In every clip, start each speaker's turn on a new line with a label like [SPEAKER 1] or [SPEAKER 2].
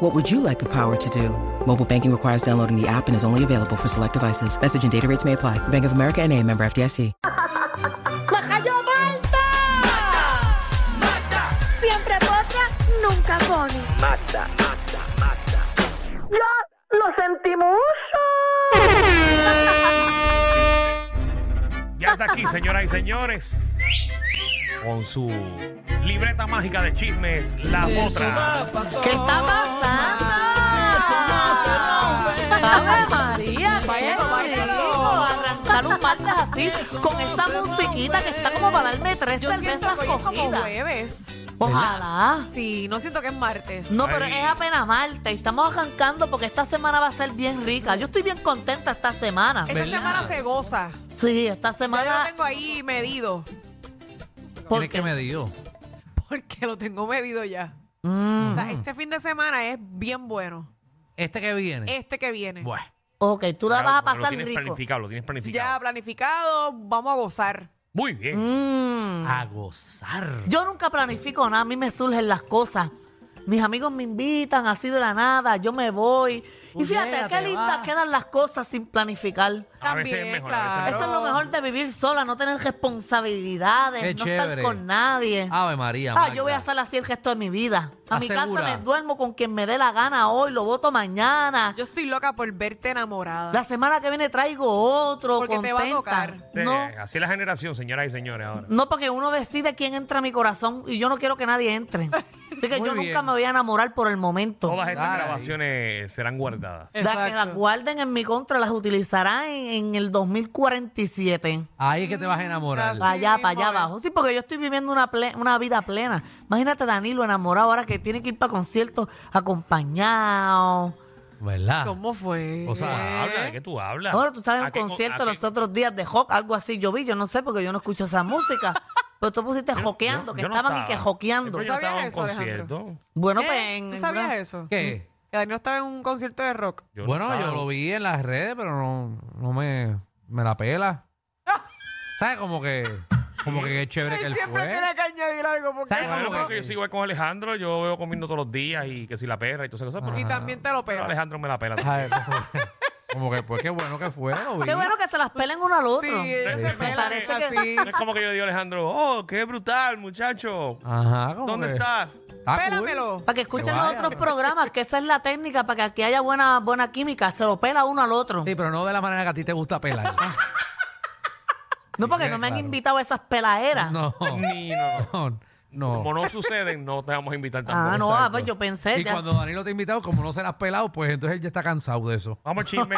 [SPEAKER 1] What would you like the power to do? Mobile banking requires downloading the app and is only available for select devices. Message and data rates may apply. Bank of America and a member FDIC.
[SPEAKER 2] ¡Majayo Malta! Siempre potra, nunca pone. ¡Ya lo sentimos!
[SPEAKER 3] Ya está aquí, señoras y señores. Con su libreta mágica de chismes, la otra.
[SPEAKER 2] ¿Qué está pasando? ¡Ave Ah. María! ¡Vaya rico! Arrancar un martes así, con esa musiquita que está como para darme tres
[SPEAKER 4] Yo siento
[SPEAKER 2] cervezas
[SPEAKER 4] que hoy es como
[SPEAKER 2] cogidas.
[SPEAKER 4] jueves.
[SPEAKER 2] Ojalá.
[SPEAKER 4] Sí, no siento que es martes.
[SPEAKER 2] No, pero
[SPEAKER 3] Ay.
[SPEAKER 2] es apenas martes. Estamos arrancando porque esta semana va a ser bien rica. Yo estoy bien contenta esta semana.
[SPEAKER 4] Esta semana se goza.
[SPEAKER 2] Sí, esta
[SPEAKER 4] Yo lo
[SPEAKER 2] semana.
[SPEAKER 4] tengo ahí medido.
[SPEAKER 2] ¿por qué?
[SPEAKER 4] Porque lo tengo medido ya. O sea, este fin de semana es bien bueno.
[SPEAKER 5] Este que viene.
[SPEAKER 4] Este que viene.
[SPEAKER 5] Bueno,
[SPEAKER 2] Ok, tú la vas a
[SPEAKER 3] Lo
[SPEAKER 2] pasar
[SPEAKER 3] tienes
[SPEAKER 2] rico.
[SPEAKER 3] planificado, lo tienes
[SPEAKER 4] Ya
[SPEAKER 3] planificado.
[SPEAKER 4] planificado, vamos a gozar.
[SPEAKER 3] Muy bien.
[SPEAKER 2] Mm.
[SPEAKER 5] a gozar.
[SPEAKER 2] Yo nunca planifico nada, a mí me surgen las cosas. Mis amigos me invitan así de la nada, yo me voy. Y
[SPEAKER 5] Tú
[SPEAKER 2] fíjate
[SPEAKER 5] llegas,
[SPEAKER 2] qué
[SPEAKER 5] te
[SPEAKER 2] lindas
[SPEAKER 5] vas.
[SPEAKER 2] quedan las cosas sin planificar.
[SPEAKER 3] A veces es
[SPEAKER 4] También,
[SPEAKER 3] mejor, a veces
[SPEAKER 4] claro.
[SPEAKER 2] Eso es lo mejor de vivir sola, no tener responsabilidades,
[SPEAKER 5] Qué
[SPEAKER 2] no estar
[SPEAKER 5] chévere.
[SPEAKER 2] con nadie.
[SPEAKER 5] Ave María.
[SPEAKER 2] Ah,
[SPEAKER 5] Magda.
[SPEAKER 2] yo voy a hacer así el gesto de mi vida. A mi casa
[SPEAKER 5] Asegura.
[SPEAKER 2] me duermo con quien me dé la gana hoy, lo voto mañana.
[SPEAKER 4] Yo estoy loca por verte enamorada.
[SPEAKER 2] La semana que viene traigo otro.
[SPEAKER 4] Porque te va a
[SPEAKER 2] contenta.
[SPEAKER 4] tocar.
[SPEAKER 3] Sí,
[SPEAKER 2] No,
[SPEAKER 3] Este,
[SPEAKER 2] Mm.
[SPEAKER 3] Así es la generación, señoras y señores, ahora.
[SPEAKER 2] no, porque uno decide quién entra a mi corazón y yo no quiero que nadie entre. Así que
[SPEAKER 5] Muy
[SPEAKER 2] yo nunca
[SPEAKER 5] bien.
[SPEAKER 2] me voy a enamorar por el momento.
[SPEAKER 3] Todas estas
[SPEAKER 5] Dale.
[SPEAKER 3] grabaciones serán guardadas.
[SPEAKER 2] La que las
[SPEAKER 4] Exacto.
[SPEAKER 2] guarden en mi contra las utilizará en, en el 2047.
[SPEAKER 5] Ahí es que te vas a enamorar.
[SPEAKER 2] Para allá, para allá
[SPEAKER 4] mismo es.
[SPEAKER 2] abajo. Sí, porque yo estoy viviendo una, ple- una vida plena. Imagínate a Danilo enamorado ahora que tiene que ir para conciertos acompañado.
[SPEAKER 5] ¿Verdad?
[SPEAKER 4] ¿Cómo fue?
[SPEAKER 5] O sea,
[SPEAKER 3] Habla, ¿de qué tú hablas?
[SPEAKER 2] Ahora tú estabas en
[SPEAKER 3] Ah, ¿A
[SPEAKER 2] un
[SPEAKER 3] qué co-
[SPEAKER 2] concierto
[SPEAKER 3] a qué-
[SPEAKER 2] los otros días de rock, algo así. Yo vi, yo no sé porque yo no escucho esa música. Pero tú pusiste joqueando,
[SPEAKER 3] Yo-
[SPEAKER 2] que
[SPEAKER 3] yo no
[SPEAKER 2] estaban y
[SPEAKER 3] estaba.
[SPEAKER 2] que joqueando.
[SPEAKER 3] Yo no
[SPEAKER 4] ¿Sabías
[SPEAKER 3] estaba en un
[SPEAKER 4] eso, Alejandro?
[SPEAKER 3] concierto.
[SPEAKER 2] Bueno,
[SPEAKER 4] ¿Eh?
[SPEAKER 2] pues en-
[SPEAKER 4] ¿Tú sabías eso?
[SPEAKER 5] ¿Qué?
[SPEAKER 4] Que Daniel estaba en un concierto de rock.
[SPEAKER 3] Yo no
[SPEAKER 5] bueno,
[SPEAKER 3] estaba.
[SPEAKER 5] yo lo vi en las redes, pero no, no me, me la pela. ¿Sabes? Como que. Como que qué chévere que él
[SPEAKER 4] Siempre
[SPEAKER 5] fue.
[SPEAKER 4] tiene que añadir algo porque
[SPEAKER 5] ¿Sabes
[SPEAKER 3] Bueno,
[SPEAKER 5] cómo
[SPEAKER 3] pero
[SPEAKER 5] que-
[SPEAKER 3] yo
[SPEAKER 4] eh.
[SPEAKER 3] soy igual con Alejandro, yo veo comiendo todos los días y que si la perra y todas esas cosas. pero-
[SPEAKER 4] Y también te lo
[SPEAKER 3] Pero
[SPEAKER 4] pega.
[SPEAKER 3] Alejandro me la pela.
[SPEAKER 5] Ay, como que- Como que, pues qué bueno que fue, lo vi.
[SPEAKER 2] Qué bueno que se las pelen uno al
[SPEAKER 4] Sí, eh.
[SPEAKER 2] otro.
[SPEAKER 4] ellos se
[SPEAKER 3] Me
[SPEAKER 4] pelan
[SPEAKER 2] parece que-
[SPEAKER 4] así.
[SPEAKER 3] No es como que yo le digo a Alejandro, oh, qué brutal, muchacho.
[SPEAKER 5] Ajá, como
[SPEAKER 3] ¿Dónde
[SPEAKER 5] que-
[SPEAKER 3] estás?
[SPEAKER 5] Está cool.
[SPEAKER 4] Pélamelo.
[SPEAKER 2] Para que escuchen
[SPEAKER 5] Que
[SPEAKER 2] los
[SPEAKER 5] vaya.
[SPEAKER 2] otros programas, que esa es la técnica para que aquí haya buena, buena química. Se lo pela uno al otro.
[SPEAKER 5] Sí, pero no de la manera que a ti te gusta pelar.
[SPEAKER 2] no, porque
[SPEAKER 5] sí,
[SPEAKER 2] no me han
[SPEAKER 5] claro.
[SPEAKER 2] invitado a esas peladeras.
[SPEAKER 5] No.
[SPEAKER 3] Ni, no, no.
[SPEAKER 5] No. no.
[SPEAKER 3] Como no suceden, no te vamos a invitar tampoco.
[SPEAKER 2] ah, no,
[SPEAKER 5] Exacto.
[SPEAKER 2] ah, pues yo pensé.
[SPEAKER 5] Y
[SPEAKER 2] ya.
[SPEAKER 5] cuando Danilo te ha invitado, como no se la has pelado, pues entonces él ya está cansado de eso.
[SPEAKER 3] Vamos, chisme.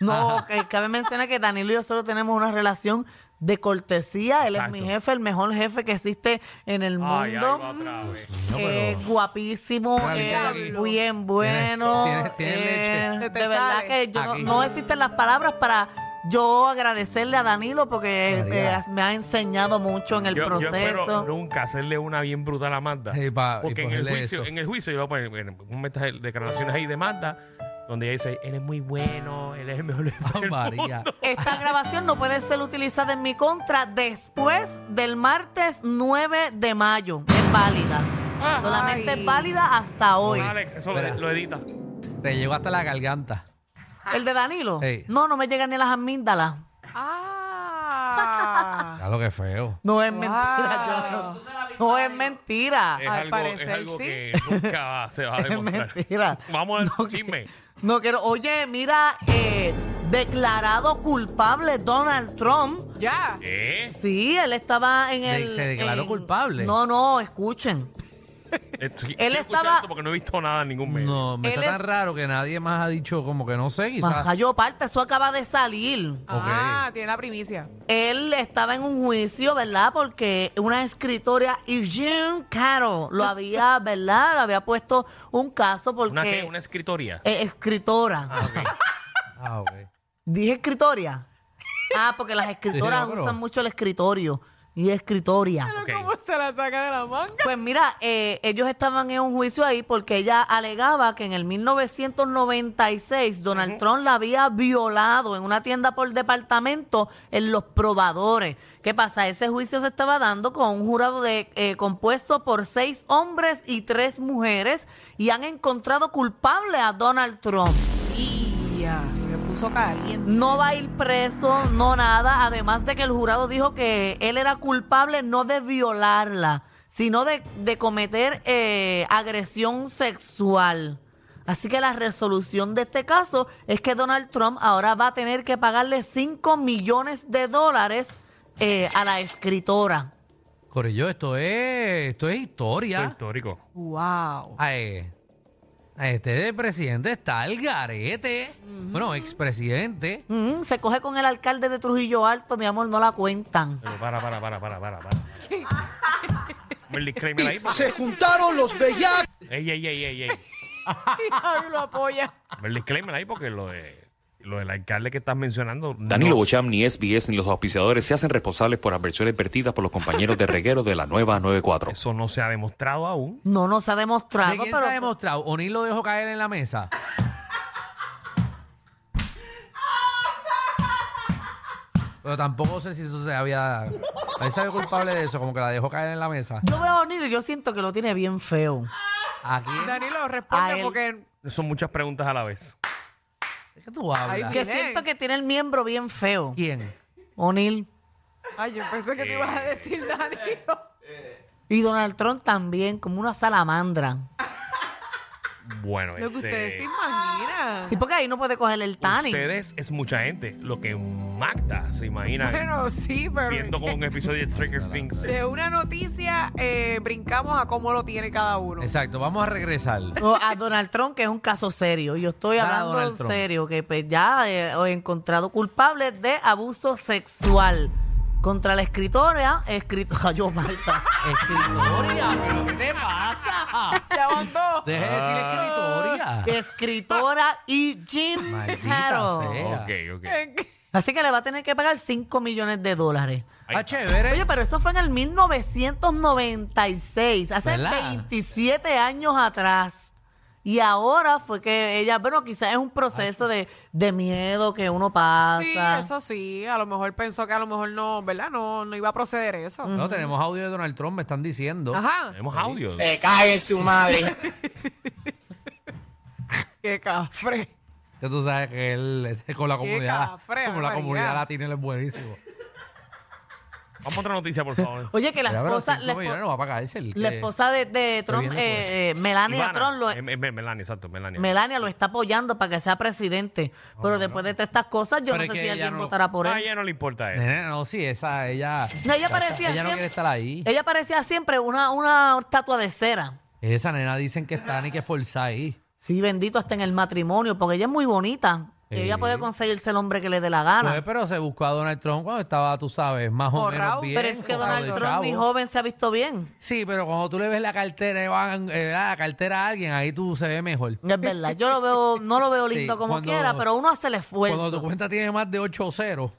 [SPEAKER 2] No, que cabe mencionar que Danilo y yo solo tenemos una relación de cortesía. Él
[SPEAKER 3] Exacto.
[SPEAKER 2] es mi jefe, el mejor jefe que existe en el
[SPEAKER 3] Ay, ahí
[SPEAKER 2] mundo.
[SPEAKER 3] va otra vez.
[SPEAKER 5] No,
[SPEAKER 2] Eh,
[SPEAKER 5] pero-
[SPEAKER 2] guapísimo,
[SPEAKER 5] Pero
[SPEAKER 2] eh,
[SPEAKER 4] diablo.
[SPEAKER 2] bien bueno.
[SPEAKER 5] tienes- tienes
[SPEAKER 2] eh,
[SPEAKER 5] leche.
[SPEAKER 4] Se te
[SPEAKER 2] de verdad
[SPEAKER 4] sale.
[SPEAKER 2] que yo no,
[SPEAKER 5] Aquí.
[SPEAKER 2] no existen las palabras para yo agradecerle a Danilo porque
[SPEAKER 5] María.
[SPEAKER 2] eh, me ha enseñado mucho en el
[SPEAKER 3] Yo, yo
[SPEAKER 2] proceso.
[SPEAKER 3] espero nunca hacerle una bien brutal a Magda.
[SPEAKER 5] Y pa- Eh, y
[SPEAKER 3] porque en el
[SPEAKER 5] ponerle
[SPEAKER 3] juicio,
[SPEAKER 5] eso.
[SPEAKER 3] en el juicio, yo voy a poner en un mensaje de declaraciones ahí de Magda, donde ella dice, él es muy bueno, él es el mejor.
[SPEAKER 5] Ah, María.
[SPEAKER 2] Esta grabación no puede ser utilizada en mi contra después del martes 9 de mayo. Es válida.
[SPEAKER 3] Ah,
[SPEAKER 2] Solamente
[SPEAKER 4] Ay.
[SPEAKER 2] es válida hasta hoy.
[SPEAKER 3] Alex, eso lo,
[SPEAKER 5] Espera.
[SPEAKER 3] lo edita.
[SPEAKER 5] Te llegó hasta la garganta.
[SPEAKER 2] ¿El de Danilo?
[SPEAKER 5] Ey.
[SPEAKER 2] No, no me llegan ni las amígdalas.
[SPEAKER 4] Ah.
[SPEAKER 5] Ya lo que feo.
[SPEAKER 2] No es mentira, yo no. No es mentira.
[SPEAKER 3] Es
[SPEAKER 4] Al
[SPEAKER 3] algo,
[SPEAKER 4] parecer,
[SPEAKER 3] es algo
[SPEAKER 4] sí.
[SPEAKER 3] que nunca va- se va a
[SPEAKER 2] Es
[SPEAKER 3] demostrar.
[SPEAKER 2] mentira.
[SPEAKER 3] Vamos al
[SPEAKER 2] No, que-
[SPEAKER 3] chisme.
[SPEAKER 2] No quiero. Oye, mira, eh, declarado culpable Donald Trump.
[SPEAKER 4] Ya.
[SPEAKER 3] ¿Qué?
[SPEAKER 2] Sí, él estaba en
[SPEAKER 5] De-
[SPEAKER 2] el.
[SPEAKER 5] se declaró
[SPEAKER 2] en-
[SPEAKER 5] culpable.
[SPEAKER 2] No, no, escuchen.
[SPEAKER 3] Esto-
[SPEAKER 2] Él
[SPEAKER 3] quiero escuchar
[SPEAKER 2] estaba-
[SPEAKER 3] eso porque no he visto nada en ningún medio.
[SPEAKER 5] No, me
[SPEAKER 2] Él
[SPEAKER 5] está
[SPEAKER 2] es-
[SPEAKER 5] tan raro que nadie más ha dicho como que no sé, quizás.
[SPEAKER 2] Baja yo parte, eso acaba de salir.
[SPEAKER 4] Ah, tiene la primicia.
[SPEAKER 2] Él estaba en un juicio, ¿verdad? Porque una escritora, Eugene Carroll, lo había, ¿verdad? Le había puesto un caso porque.
[SPEAKER 3] ¿Una qué? ¿Una escritoría?
[SPEAKER 2] eh, escritora.
[SPEAKER 5] Ah, ok.
[SPEAKER 2] ¿Dije escritoria? Ah, porque las escritoras
[SPEAKER 5] Sí, sí, no,
[SPEAKER 2] usan
[SPEAKER 5] pero-
[SPEAKER 2] mucho el escritorio y escritoria.
[SPEAKER 3] Ok.
[SPEAKER 4] ¿Cómo se la saca de la manga?
[SPEAKER 2] Pues mira, eh, ellos estaban en un juicio ahí porque ella alegaba que en el 1996 Donald Trump la había violado en una tienda por departamento en Los Probadores. ¿Qué pasa? Ese juicio se estaba dando con un jurado de, eh, compuesto por seis hombres y tres mujeres y han encontrado culpable a Donald Trump.
[SPEAKER 4] Y ya, se puso caliente.
[SPEAKER 2] No va a ir preso, no nada. Además de que el jurado dijo que él era culpable no de violarla, sino de, de cometer eh, agresión sexual. Así que la resolución de este caso es que Donald Trump ahora va a tener que pagarle 5 millones de dólares eh, a la escritora.
[SPEAKER 5] Corillo, esto es,
[SPEAKER 3] Esto
[SPEAKER 5] esto es
[SPEAKER 3] es
[SPEAKER 5] historia.
[SPEAKER 3] histórico.
[SPEAKER 4] Wow.
[SPEAKER 5] Ay, este presidente está el garete. Bueno, expresidente.
[SPEAKER 2] Mm, se coge con el alcalde de Trujillo Alto, mi amor, no la cuentan.
[SPEAKER 3] Pero para, para, para, para, para, para. Ponme el disclaimer ahí. porque-
[SPEAKER 6] Se juntaron los bellacos.
[SPEAKER 3] Ey, ey, ey, ey, ey.
[SPEAKER 4] Ay, lo apoya.
[SPEAKER 3] Ponme el disclaimer ahí porque lo de... Lo del alcalde que estás mencionando.
[SPEAKER 7] Danilo
[SPEAKER 3] no-
[SPEAKER 7] Bocham, ni SBS, ni los auspiciadores se hacen responsables por adversiones vertidas por los compañeros de reguero de la nueva 94.
[SPEAKER 3] Eso no se ha demostrado aún.
[SPEAKER 2] No nos ha demostrado,
[SPEAKER 5] ¿De quién
[SPEAKER 2] pero
[SPEAKER 5] se ha demostrado? O'Neill lo dejó caer en la mesa. Pero tampoco sé si eso se había... Él se ve culpable de eso, como que la dejó caer en la mesa.
[SPEAKER 2] yo veo a Nino y yo siento que lo tiene bien feo.
[SPEAKER 5] Aquí
[SPEAKER 4] Danilo
[SPEAKER 2] A
[SPEAKER 4] responde
[SPEAKER 2] él.
[SPEAKER 4] porque
[SPEAKER 3] Son muchas preguntas a la vez.
[SPEAKER 5] ¿De qué tú hablas?
[SPEAKER 4] Ay,
[SPEAKER 2] Que
[SPEAKER 4] Miren.
[SPEAKER 2] siento que tiene el miembro bien feo.
[SPEAKER 5] ¿Quién?
[SPEAKER 2] O'Neill.
[SPEAKER 4] Ay, yo pensé que te ibas a
[SPEAKER 3] Eh.
[SPEAKER 4] decir, Danilo.
[SPEAKER 2] Y Donald Trump también, como una salamandra.
[SPEAKER 3] Bueno,
[SPEAKER 4] Lo
[SPEAKER 3] este,
[SPEAKER 4] que ustedes se imaginan.
[SPEAKER 2] Sí, porque ahí no puede coger el tanning.
[SPEAKER 3] ustedes es mucha gente. Lo que Magda se imagina
[SPEAKER 4] Bueno, sí, pero.
[SPEAKER 3] viendo como un episodio de Stranger Things.
[SPEAKER 4] De una noticia eh, brincamos a cómo lo tiene cada uno.
[SPEAKER 5] Exacto, vamos a regresar.
[SPEAKER 2] O a Donald Trump, que es un caso serio. Yo estoy
[SPEAKER 5] Dale a
[SPEAKER 2] hablando
[SPEAKER 5] Donald
[SPEAKER 2] en
[SPEAKER 5] Trump.
[SPEAKER 2] serio, que pues, ya eh, he encontrado culpable de abuso sexual contra la escritora. Escritora, yo, Marta.
[SPEAKER 5] Escritoria, pero ¿qué te pasa?
[SPEAKER 4] Ya van dos.
[SPEAKER 5] Deje de decir escritoria.
[SPEAKER 2] escritora y Jim
[SPEAKER 5] Maldita sea.
[SPEAKER 3] Ok, ok.
[SPEAKER 4] ¿En qué?
[SPEAKER 2] Así que le va a tener que pagar 5 millones de dólares.
[SPEAKER 3] Ahí
[SPEAKER 5] Ah,
[SPEAKER 3] está.
[SPEAKER 5] chévere.
[SPEAKER 2] Oye, pero eso fue en el 1996, hace
[SPEAKER 5] ¿Verdad?
[SPEAKER 2] 27 años atrás. Y ahora fue que ella, bueno, quizás es un proceso de, de miedo que uno
[SPEAKER 4] Sí,
[SPEAKER 2] pasa.
[SPEAKER 4] eso sí. A lo mejor pensó que a lo mejor no, ¿verdad? No, no iba a proceder eso.
[SPEAKER 5] No, tenemos audio de Donald Trump, me están
[SPEAKER 3] Mm.
[SPEAKER 5] diciendo.
[SPEAKER 4] Ajá.
[SPEAKER 3] Tenemos audio.
[SPEAKER 6] Se cae en Eh, su madre.
[SPEAKER 4] Qué cafre.
[SPEAKER 5] Que tú sabes que él este, con la
[SPEAKER 4] Qué
[SPEAKER 5] comunidad,
[SPEAKER 4] cafre,
[SPEAKER 5] como la
[SPEAKER 4] barbaridad.
[SPEAKER 5] comunidad latina él es buenísimo.
[SPEAKER 3] Vamos a otra noticia, por favor.
[SPEAKER 2] Oye, que la
[SPEAKER 5] Mira, pero
[SPEAKER 2] esposa,
[SPEAKER 5] cinco
[SPEAKER 2] la, espo-
[SPEAKER 5] millones no va a pagar ese. el
[SPEAKER 2] la
[SPEAKER 5] que-
[SPEAKER 2] esposa de, de Trump,
[SPEAKER 5] viendo
[SPEAKER 2] eh, eh, Melania
[SPEAKER 3] Ivana.
[SPEAKER 2] Trump, lo-
[SPEAKER 3] Eh, eh, Melania, exacto, Melania.
[SPEAKER 2] Melania lo está apoyando para que sea presidente. Pero después de todas estas cosas, yo
[SPEAKER 5] Pero es
[SPEAKER 2] no sé
[SPEAKER 5] que
[SPEAKER 2] si
[SPEAKER 5] ella
[SPEAKER 2] alguien
[SPEAKER 5] no-
[SPEAKER 2] votará por
[SPEAKER 3] a
[SPEAKER 2] él.
[SPEAKER 3] ella Ah, no le importa eso.
[SPEAKER 5] Nena, no, sí, esa, ella.
[SPEAKER 2] No, ella
[SPEAKER 5] ya está-
[SPEAKER 2] parecía
[SPEAKER 5] Ella no
[SPEAKER 2] siempre-
[SPEAKER 5] quiere estar ahí.
[SPEAKER 2] Ella parecía siempre una, una estatua de cera.
[SPEAKER 5] Esa nena dicen que está ni que forzar ahí.
[SPEAKER 2] Sí, bendito hasta en el matrimonio, porque ella es muy bonita. Y Ella
[SPEAKER 5] Sí.
[SPEAKER 2] puede conseguirse el hombre que le dé la gana.
[SPEAKER 5] Pues, pero se buscó a Donald Trump cuando estaba, tú sabes, más o
[SPEAKER 4] Forrado.
[SPEAKER 5] menos bien.
[SPEAKER 2] Pero es que
[SPEAKER 5] forrado
[SPEAKER 2] Donald
[SPEAKER 5] de
[SPEAKER 2] Trump, mi
[SPEAKER 5] chavo.
[SPEAKER 2] joven, se ha visto bien.
[SPEAKER 5] Sí, pero cuando tú le ves la cartera, eh, van, eh, la cartera a alguien, ahí tú se ve mejor.
[SPEAKER 2] Es verdad, yo lo veo, no lo veo lindo
[SPEAKER 5] Sí,
[SPEAKER 2] como
[SPEAKER 5] cuando-
[SPEAKER 2] quiera, pero uno hace el
[SPEAKER 5] Cuando
[SPEAKER 2] esfuerzo.
[SPEAKER 5] tu cuenta tiene más de 8 ceros,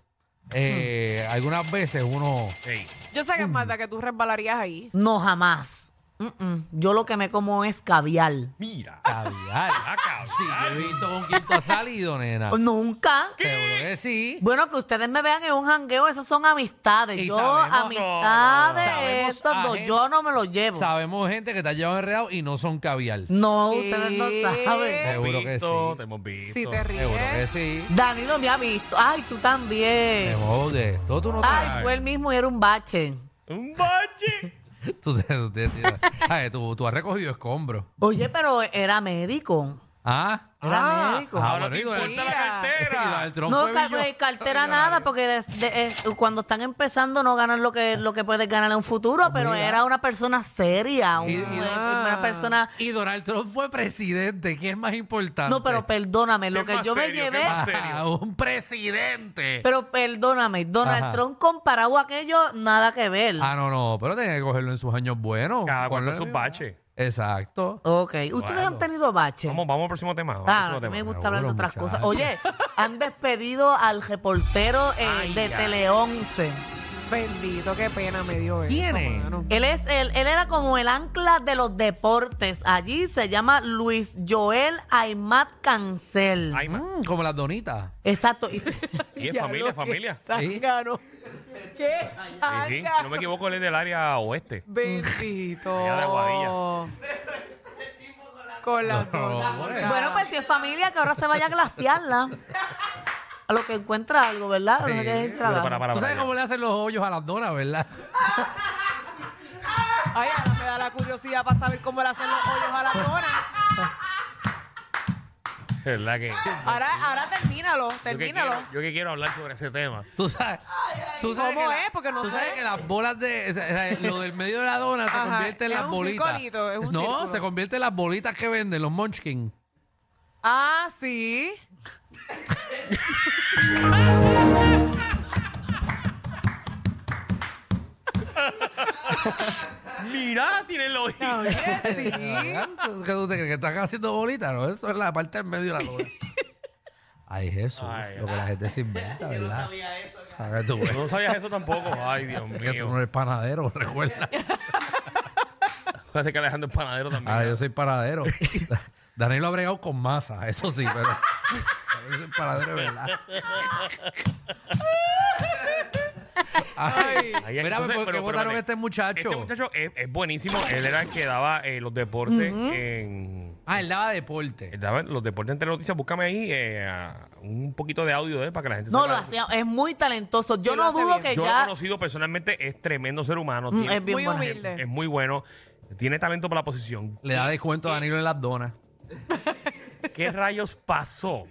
[SPEAKER 2] Hmm.
[SPEAKER 5] eh, algunas veces uno.
[SPEAKER 3] Ey,
[SPEAKER 4] Yo sé
[SPEAKER 3] Mm.
[SPEAKER 4] que, Marta, que tú resbalarías ahí.
[SPEAKER 2] No, jamás. Mm-mm. Yo lo que me como es caviar.
[SPEAKER 3] mira.
[SPEAKER 5] Caviar.
[SPEAKER 3] Ah, caviar.
[SPEAKER 5] Sí, yo he visto con quién tú has salido, nena.
[SPEAKER 2] Nunca.
[SPEAKER 5] Seguro que sí.
[SPEAKER 2] Bueno, que ustedes me vean en un jangueo, esas son amistades.
[SPEAKER 5] Y
[SPEAKER 2] yo,
[SPEAKER 5] sabemos-
[SPEAKER 2] amistades,
[SPEAKER 5] no, no, no. Sabemos
[SPEAKER 2] estos
[SPEAKER 5] a
[SPEAKER 2] dos,
[SPEAKER 5] gente-
[SPEAKER 2] yo no me los llevo.
[SPEAKER 5] Sabemos gente que te ha llevado enredado y no son caviar.
[SPEAKER 2] No, ustedes no
[SPEAKER 4] Sí.
[SPEAKER 2] saben.
[SPEAKER 4] Te
[SPEAKER 5] Seguro que
[SPEAKER 3] Visto, Te
[SPEAKER 5] sí.
[SPEAKER 3] hemos visto.
[SPEAKER 4] Si te
[SPEAKER 5] Seguro que
[SPEAKER 4] ríes.
[SPEAKER 5] sí.
[SPEAKER 2] Danilo me ha visto. Ay, tú
[SPEAKER 5] Te
[SPEAKER 2] también.
[SPEAKER 5] jode. Todo tú no te-
[SPEAKER 2] Ay, fue el mismo y era un bache.
[SPEAKER 3] Un bache.
[SPEAKER 5] tú, te- tú te- ay, tú- tú has recogido escombros.
[SPEAKER 2] Oye, pero era médico.
[SPEAKER 5] ¿Ah?
[SPEAKER 2] Era médico.
[SPEAKER 5] ah,
[SPEAKER 3] Ahora
[SPEAKER 5] bueno,
[SPEAKER 3] te
[SPEAKER 5] y Donald-
[SPEAKER 3] importa la
[SPEAKER 4] Mira.
[SPEAKER 5] y
[SPEAKER 3] cartera.
[SPEAKER 5] Donald Trump
[SPEAKER 2] No,
[SPEAKER 5] fue
[SPEAKER 2] ca-
[SPEAKER 5] billo-
[SPEAKER 2] eh, cartera nada, porque des- de- eh, cuando están empezando no ganan lo que, lo que puedes ganar en un futuro, pero era una persona seria, un-
[SPEAKER 5] Y- y-
[SPEAKER 2] eh, una persona...
[SPEAKER 5] Y Donald Trump fue presidente. ¿Qué es más importante?
[SPEAKER 2] No, pero perdóname, lo
[SPEAKER 3] ¿Qué
[SPEAKER 2] que
[SPEAKER 3] más
[SPEAKER 2] yo me
[SPEAKER 3] serio? ¿Qué
[SPEAKER 2] llevé...
[SPEAKER 3] más
[SPEAKER 5] Ah, un presidente.
[SPEAKER 2] Pero perdóname, Donald
[SPEAKER 5] Ajá.
[SPEAKER 2] Trump comparado a aquello, nada que ver.
[SPEAKER 5] Ah, no, no, pero tenía que cogerlo en sus años buenos.
[SPEAKER 3] Cada cual
[SPEAKER 5] Ponlo
[SPEAKER 3] con sus
[SPEAKER 5] en-
[SPEAKER 3] baches.
[SPEAKER 5] Exacto.
[SPEAKER 2] ok, ustedes han tenido bache.
[SPEAKER 3] Vamos, vamos al próximo tema. vamos
[SPEAKER 2] Ah,
[SPEAKER 3] al próximo
[SPEAKER 2] no, que
[SPEAKER 3] tema.
[SPEAKER 2] me gusta hablar de
[SPEAKER 5] Seguro,
[SPEAKER 2] otras cosas.
[SPEAKER 5] muchacho.
[SPEAKER 2] Oye, han despedido al reportero eh, de Tele 11.
[SPEAKER 4] Bendito, qué pena me dio eso.
[SPEAKER 5] ¿Quién es?
[SPEAKER 4] mano.
[SPEAKER 2] Él, es el, él era como el ancla de los deportes. Allí se llama Luis Joel Aymat Cancel.
[SPEAKER 3] Ay, ma-
[SPEAKER 5] Mm, como las donitas.
[SPEAKER 2] Exacto. y se-
[SPEAKER 3] Sí, es
[SPEAKER 4] Ya lo
[SPEAKER 3] familia,
[SPEAKER 4] que
[SPEAKER 3] es familia. Sí,
[SPEAKER 4] zángano. Qué
[SPEAKER 3] sí.
[SPEAKER 4] zángano.
[SPEAKER 3] No me equivoco, él es del área oeste. Allá de
[SPEAKER 4] Bendito.
[SPEAKER 3] Aguadilla.
[SPEAKER 4] Con las dos.
[SPEAKER 2] bueno, pues si es familia, que ahora se vaya a glaciarla. A lo que encuentra algo, ¿verdad? No sé qué es el
[SPEAKER 3] Pero
[SPEAKER 2] trabajo.
[SPEAKER 3] para, para,
[SPEAKER 5] Tú sabes
[SPEAKER 3] para.
[SPEAKER 5] cómo le hacen los hoyos a las donas, ¿verdad?
[SPEAKER 4] Ay, ahora me da la curiosidad para saber cómo le hacen los hoyos a la dona.
[SPEAKER 3] ¿Verdad que?
[SPEAKER 4] Ahora, ahora termínalo,
[SPEAKER 3] Yo que,
[SPEAKER 4] termínalo.
[SPEAKER 3] quiero, yo que quiero hablar sobre ese tema.
[SPEAKER 5] Tú sabes. Tú
[SPEAKER 4] ¿Cómo
[SPEAKER 5] que la-
[SPEAKER 4] es? Porque no
[SPEAKER 5] tú sabes
[SPEAKER 4] sé.
[SPEAKER 5] que las bolas de. o sea, eh, lo del medio de la dona se
[SPEAKER 4] Ajá,
[SPEAKER 5] convierte en
[SPEAKER 4] es
[SPEAKER 5] las
[SPEAKER 4] un
[SPEAKER 5] bolitas.
[SPEAKER 4] circulito, es un
[SPEAKER 5] no,
[SPEAKER 4] círculo.
[SPEAKER 5] se convierte en las bolitas que venden los Munchkin.
[SPEAKER 4] Ah, sí.
[SPEAKER 3] Mira, tiene el oído.
[SPEAKER 4] Oye, sí.
[SPEAKER 5] Ah, ¿Qué tú te crees? ¿Que están haciendo bolitas? No, eso es la parte del medio de la dona. Ay, Jesús.
[SPEAKER 3] Ay.
[SPEAKER 5] lo que la gente se inventa, ¿verdad? Yo no sabía eso. tú,
[SPEAKER 3] Tú Pues no sabías eso tampoco. Ay, Dios
[SPEAKER 5] que tú
[SPEAKER 3] mío.
[SPEAKER 5] no eres panadero, recuerda.
[SPEAKER 3] Parece que Alejandro es panadero también.
[SPEAKER 5] Ahora Ah, yo soy paradero. Danilo ha bregado con masa, eso sí, pero. Yo soy paradero, de ¿verdad? Ay,
[SPEAKER 3] Ahí,
[SPEAKER 5] mira,
[SPEAKER 3] entonces,
[SPEAKER 5] ¿por qué
[SPEAKER 3] pero- pero
[SPEAKER 5] votaron
[SPEAKER 3] espérate.
[SPEAKER 5] a este muchacho?
[SPEAKER 3] Este muchacho es, es buenísimo. Él era el que daba eh, los deportes en.
[SPEAKER 5] Ah, él daba deporte.
[SPEAKER 3] él daba los deportes en Telenoticias. Búscame ahí eh, a- un poquito de audio de él para que la gente
[SPEAKER 2] No,
[SPEAKER 3] sepa.
[SPEAKER 2] lo hacía, es muy talentoso. Yo
[SPEAKER 4] Sí, lo
[SPEAKER 2] no
[SPEAKER 4] hace
[SPEAKER 2] dudo
[SPEAKER 4] bien.
[SPEAKER 2] que
[SPEAKER 3] Yo lo he
[SPEAKER 2] ya
[SPEAKER 3] conocido personalmente. Es tremendo ser humano.
[SPEAKER 2] Mm,
[SPEAKER 3] tiene-
[SPEAKER 2] es bien
[SPEAKER 4] Muy
[SPEAKER 2] buena
[SPEAKER 4] humilde.
[SPEAKER 3] es muy bueno. Tiene talento para la posición.
[SPEAKER 5] Le da descuento a Danilo en las donas.
[SPEAKER 3] ¿Qué rayos pasó?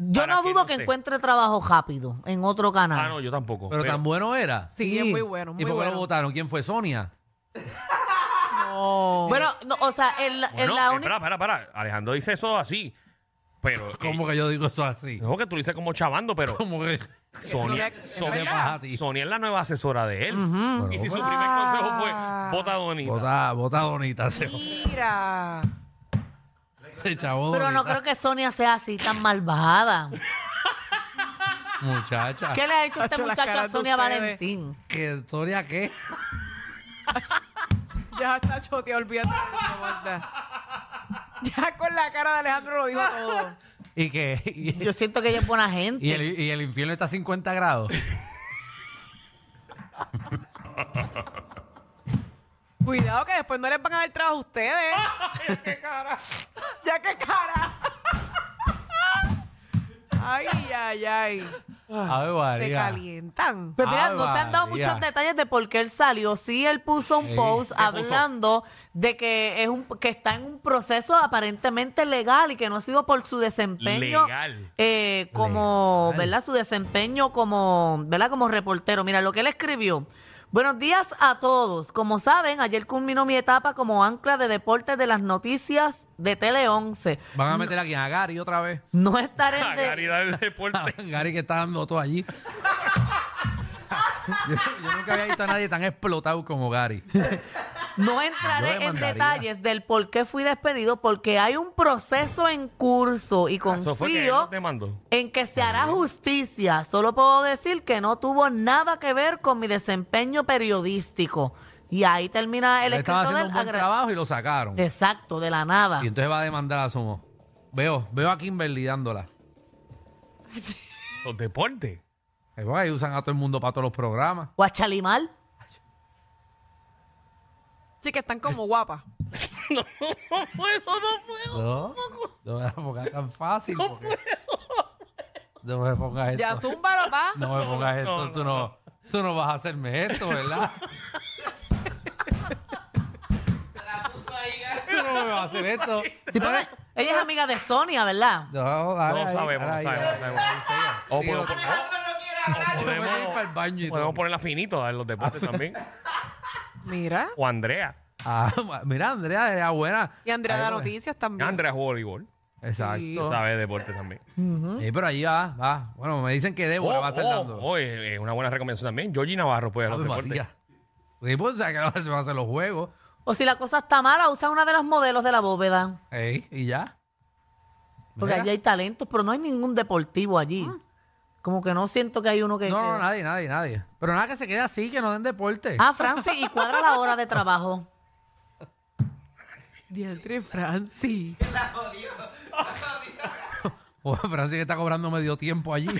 [SPEAKER 2] Yo
[SPEAKER 3] Para
[SPEAKER 2] no
[SPEAKER 3] que
[SPEAKER 2] dudo
[SPEAKER 3] no
[SPEAKER 2] que
[SPEAKER 3] se-
[SPEAKER 2] encuentre trabajo rápido en otro canal.
[SPEAKER 3] Ah, no, yo tampoco.
[SPEAKER 5] Pero, tan bueno era.
[SPEAKER 4] Sí,
[SPEAKER 2] Sí.
[SPEAKER 4] es muy bueno,
[SPEAKER 5] ¿Y
[SPEAKER 4] muy
[SPEAKER 5] por qué
[SPEAKER 4] bueno.
[SPEAKER 5] lo votaron? ¿Quién fue? ¿Sonia?
[SPEAKER 4] No.
[SPEAKER 2] Bueno, no, o sea, en la, en
[SPEAKER 3] Bueno,
[SPEAKER 2] la
[SPEAKER 3] eh,
[SPEAKER 2] única...
[SPEAKER 3] para, para, para. Alejandro dice eso así. Pero.
[SPEAKER 5] ¿Cómo
[SPEAKER 3] eh,
[SPEAKER 5] que yo digo eso así?
[SPEAKER 3] no, que tú lo dices como chavando, pero.
[SPEAKER 5] ¿Cómo que.?
[SPEAKER 3] Sonia,
[SPEAKER 4] Es
[SPEAKER 3] Sonia-
[SPEAKER 5] verdad.
[SPEAKER 3] Sonia es la nueva asesora de él.
[SPEAKER 5] Bueno,
[SPEAKER 3] Y si su
[SPEAKER 5] pues,
[SPEAKER 3] primer consejo fue, vota a Donita.
[SPEAKER 5] Vota, vota donita, se,
[SPEAKER 4] Mira.
[SPEAKER 5] se chavó
[SPEAKER 2] Pero no creo
[SPEAKER 5] donita.
[SPEAKER 2] que Sonia sea así tan malvada.
[SPEAKER 5] Muchacha.
[SPEAKER 2] ¿Qué le ha hecho este
[SPEAKER 4] Hacho, las
[SPEAKER 2] muchacho a
[SPEAKER 4] caras de
[SPEAKER 2] Sonia
[SPEAKER 4] ustedes.
[SPEAKER 2] Valentín?
[SPEAKER 5] ¿Qué Sonia qué?
[SPEAKER 4] Ya está chotea, olvídate de eso, Magda. Ya con la cara de Alejandro lo dijo todo.
[SPEAKER 5] ¿Y qué? ¿Y,
[SPEAKER 2] Yo siento que ella es buena gente.
[SPEAKER 5] y el, y el infierno está a 50 grados?
[SPEAKER 4] Cuidado que después no les van a dar trabajo a ustedes. ya qué cara. Ay, ay, ay.
[SPEAKER 5] Ave
[SPEAKER 4] Se
[SPEAKER 5] María.
[SPEAKER 4] calientan.
[SPEAKER 2] Pero Pues mira,
[SPEAKER 5] Ave
[SPEAKER 2] no se han dado
[SPEAKER 5] María.
[SPEAKER 2] muchos detalles de por qué él salió. Sí, él puso un
[SPEAKER 5] Sí,
[SPEAKER 2] post
[SPEAKER 5] ¿qué puso?
[SPEAKER 2] hablando de que es un que está en un proceso aparentemente legal y que no ha sido por su desempeño
[SPEAKER 3] Legal.
[SPEAKER 2] eh, como,
[SPEAKER 5] Legal.
[SPEAKER 2] ¿verdad? Su desempeño como, ¿verdad? Como reportero. Mira lo que él escribió. Buenos días a todos. Como saben, ayer culminó mi etapa como ancla de deportes de las noticias de Tele 11.
[SPEAKER 5] Van a meter aquí a Gary otra vez.
[SPEAKER 2] No estaré
[SPEAKER 3] A
[SPEAKER 2] en de-
[SPEAKER 3] Gary dar el deporte.
[SPEAKER 5] Gary que está dando todo allí. yo, yo nunca había visto a nadie tan explotado como Gary.
[SPEAKER 2] No
[SPEAKER 5] Yo
[SPEAKER 2] entraré en
[SPEAKER 5] demandaría.
[SPEAKER 2] detalles del por qué fui despedido, porque hay un proceso en
[SPEAKER 5] Ah,
[SPEAKER 2] curso y
[SPEAKER 3] Eso fue que él
[SPEAKER 2] confío
[SPEAKER 3] nos demandó.
[SPEAKER 2] en que se hará justicia. Solo puedo decir que no tuvo nada que ver con mi desempeño periodístico. Y ahí termina el
[SPEAKER 5] Él estaba
[SPEAKER 2] escrito
[SPEAKER 5] haciendo
[SPEAKER 2] del
[SPEAKER 5] un buen
[SPEAKER 2] agra-
[SPEAKER 5] trabajo y lo sacaron.
[SPEAKER 2] Exacto, de la nada.
[SPEAKER 5] Y entonces va a demandar a Sumo. Veo, veo a Kimberly dándola.
[SPEAKER 3] Los deportes.
[SPEAKER 5] Ahí va, ahí usan a todo el mundo para todos los programas.
[SPEAKER 2] Guachalimal.
[SPEAKER 4] Sí, que están como guapas.
[SPEAKER 3] No puedo, no puedo.
[SPEAKER 5] No, no me pongas tan fácil. Porque... No me pongas esto.
[SPEAKER 4] Ya zúmbalo, va.
[SPEAKER 5] No me pongas esto,
[SPEAKER 3] no,
[SPEAKER 5] tú, no, tú no vas a hacerme esto, ¿verdad? tú no me vas a hacer esto.
[SPEAKER 2] Sí, pero
[SPEAKER 5] Eh.
[SPEAKER 2] Ella es amiga de Sonia, ¿verdad?
[SPEAKER 5] No, dale,
[SPEAKER 3] No
[SPEAKER 5] ahí,
[SPEAKER 3] sabemos, no
[SPEAKER 5] dale,
[SPEAKER 3] sabemos.
[SPEAKER 5] ahí.
[SPEAKER 3] no sabemos. O
[SPEAKER 5] Sigue,
[SPEAKER 3] podemos-
[SPEAKER 5] sigue.
[SPEAKER 3] o
[SPEAKER 5] Yo me voy a ir Ah,
[SPEAKER 3] podemos-
[SPEAKER 5] para el baño y todo.
[SPEAKER 3] Podemos ponerla finito en los deportes también.
[SPEAKER 4] Mira.
[SPEAKER 3] O Andrea.
[SPEAKER 5] Ah, ma- mira, Andrea era buena.
[SPEAKER 4] Y Andrea
[SPEAKER 5] Ahí,
[SPEAKER 4] da
[SPEAKER 5] pues.
[SPEAKER 4] noticias también.
[SPEAKER 3] Andrea jugó voleibol.
[SPEAKER 5] Exacto.
[SPEAKER 4] Sí.
[SPEAKER 3] Sabe de deporte también.
[SPEAKER 5] Sí, pero ahí va, va. Bueno, me dicen que Débora
[SPEAKER 3] Oh,
[SPEAKER 5] va a estar
[SPEAKER 3] oh,
[SPEAKER 5] dando.
[SPEAKER 3] oh, eh, eh, una buena recomendación también. Georgie Navarro puede los
[SPEAKER 5] Ave
[SPEAKER 3] deportes.
[SPEAKER 5] María. Sí, pues, o sea, que ahora se van a hacer los juegos.
[SPEAKER 2] O si la cosa está mala, usa una de las modelos de la bóveda.
[SPEAKER 5] Ey, y ya.
[SPEAKER 2] Porque
[SPEAKER 5] Mira. Ah.
[SPEAKER 2] allí hay talentos, pero no hay ningún deportivo allí. Como que no siento que hay uno que...
[SPEAKER 5] No, no,
[SPEAKER 2] que-
[SPEAKER 5] nadie, nadie, nadie. Pero nada que se quede así, que no den deporte.
[SPEAKER 2] Ah, Francis, y cuadra la hora de trabajo.
[SPEAKER 4] Diantre Francis.
[SPEAKER 5] O Francis que está cobrando medio tiempo allí.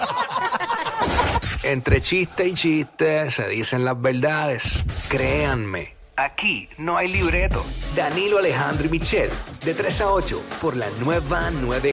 [SPEAKER 8] Entre chiste y chiste se dicen las verdades. Créanme, aquí no hay libreto. Danilo Alejandro y Michel, de 3 a 8, por la nueva 9.